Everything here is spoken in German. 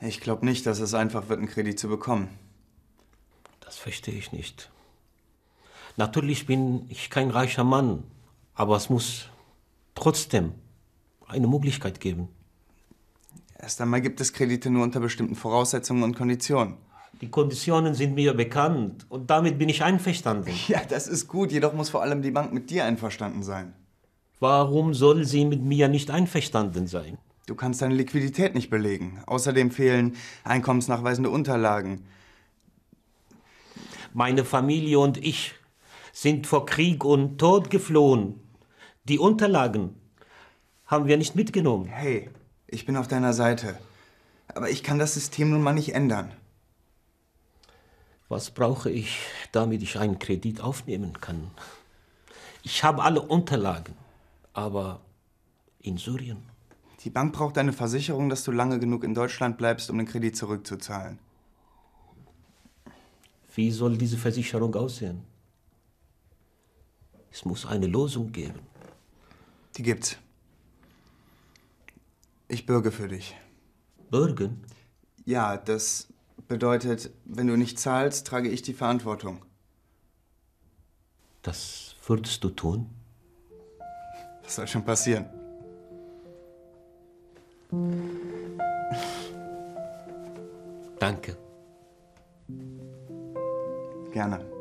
Ich glaube nicht, dass es einfach wird, einen Kredit zu bekommen. Das verstehe ich nicht. Natürlich bin ich kein reicher Mann, aber es muss trotzdem eine Möglichkeit geben. Erst einmal gibt es Kredite nur unter bestimmten Voraussetzungen und Konditionen. Die Konditionen sind mir bekannt und damit bin ich einverstanden. Ja, das ist gut, jedoch muss vor allem die Bank mit dir einverstanden sein. Warum soll sie mit mir nicht einverstanden sein? Du kannst deine Liquidität nicht belegen. Außerdem fehlen einkommensnachweisende Unterlagen. Meine Familie und ich sind vor Krieg und Tod geflohen. Die Unterlagen haben wir nicht mitgenommen. Hey, ich bin auf deiner Seite. Aber ich kann das System nun mal nicht ändern. Was brauche ich, damit ich einen Kredit aufnehmen kann? Ich habe alle Unterlagen, aber in Syrien. Die Bank braucht eine Versicherung, dass du lange genug in Deutschland bleibst, um den Kredit zurückzuzahlen. Wie soll diese Versicherung aussehen? Es muss eine Losung geben. Die gibt's. Ich bürge für dich. Bürgen? Ja, das bedeutet, wenn du nicht zahlst, trage ich die Verantwortung. Das würdest du tun? Was soll schon passieren? Danke. Gerne.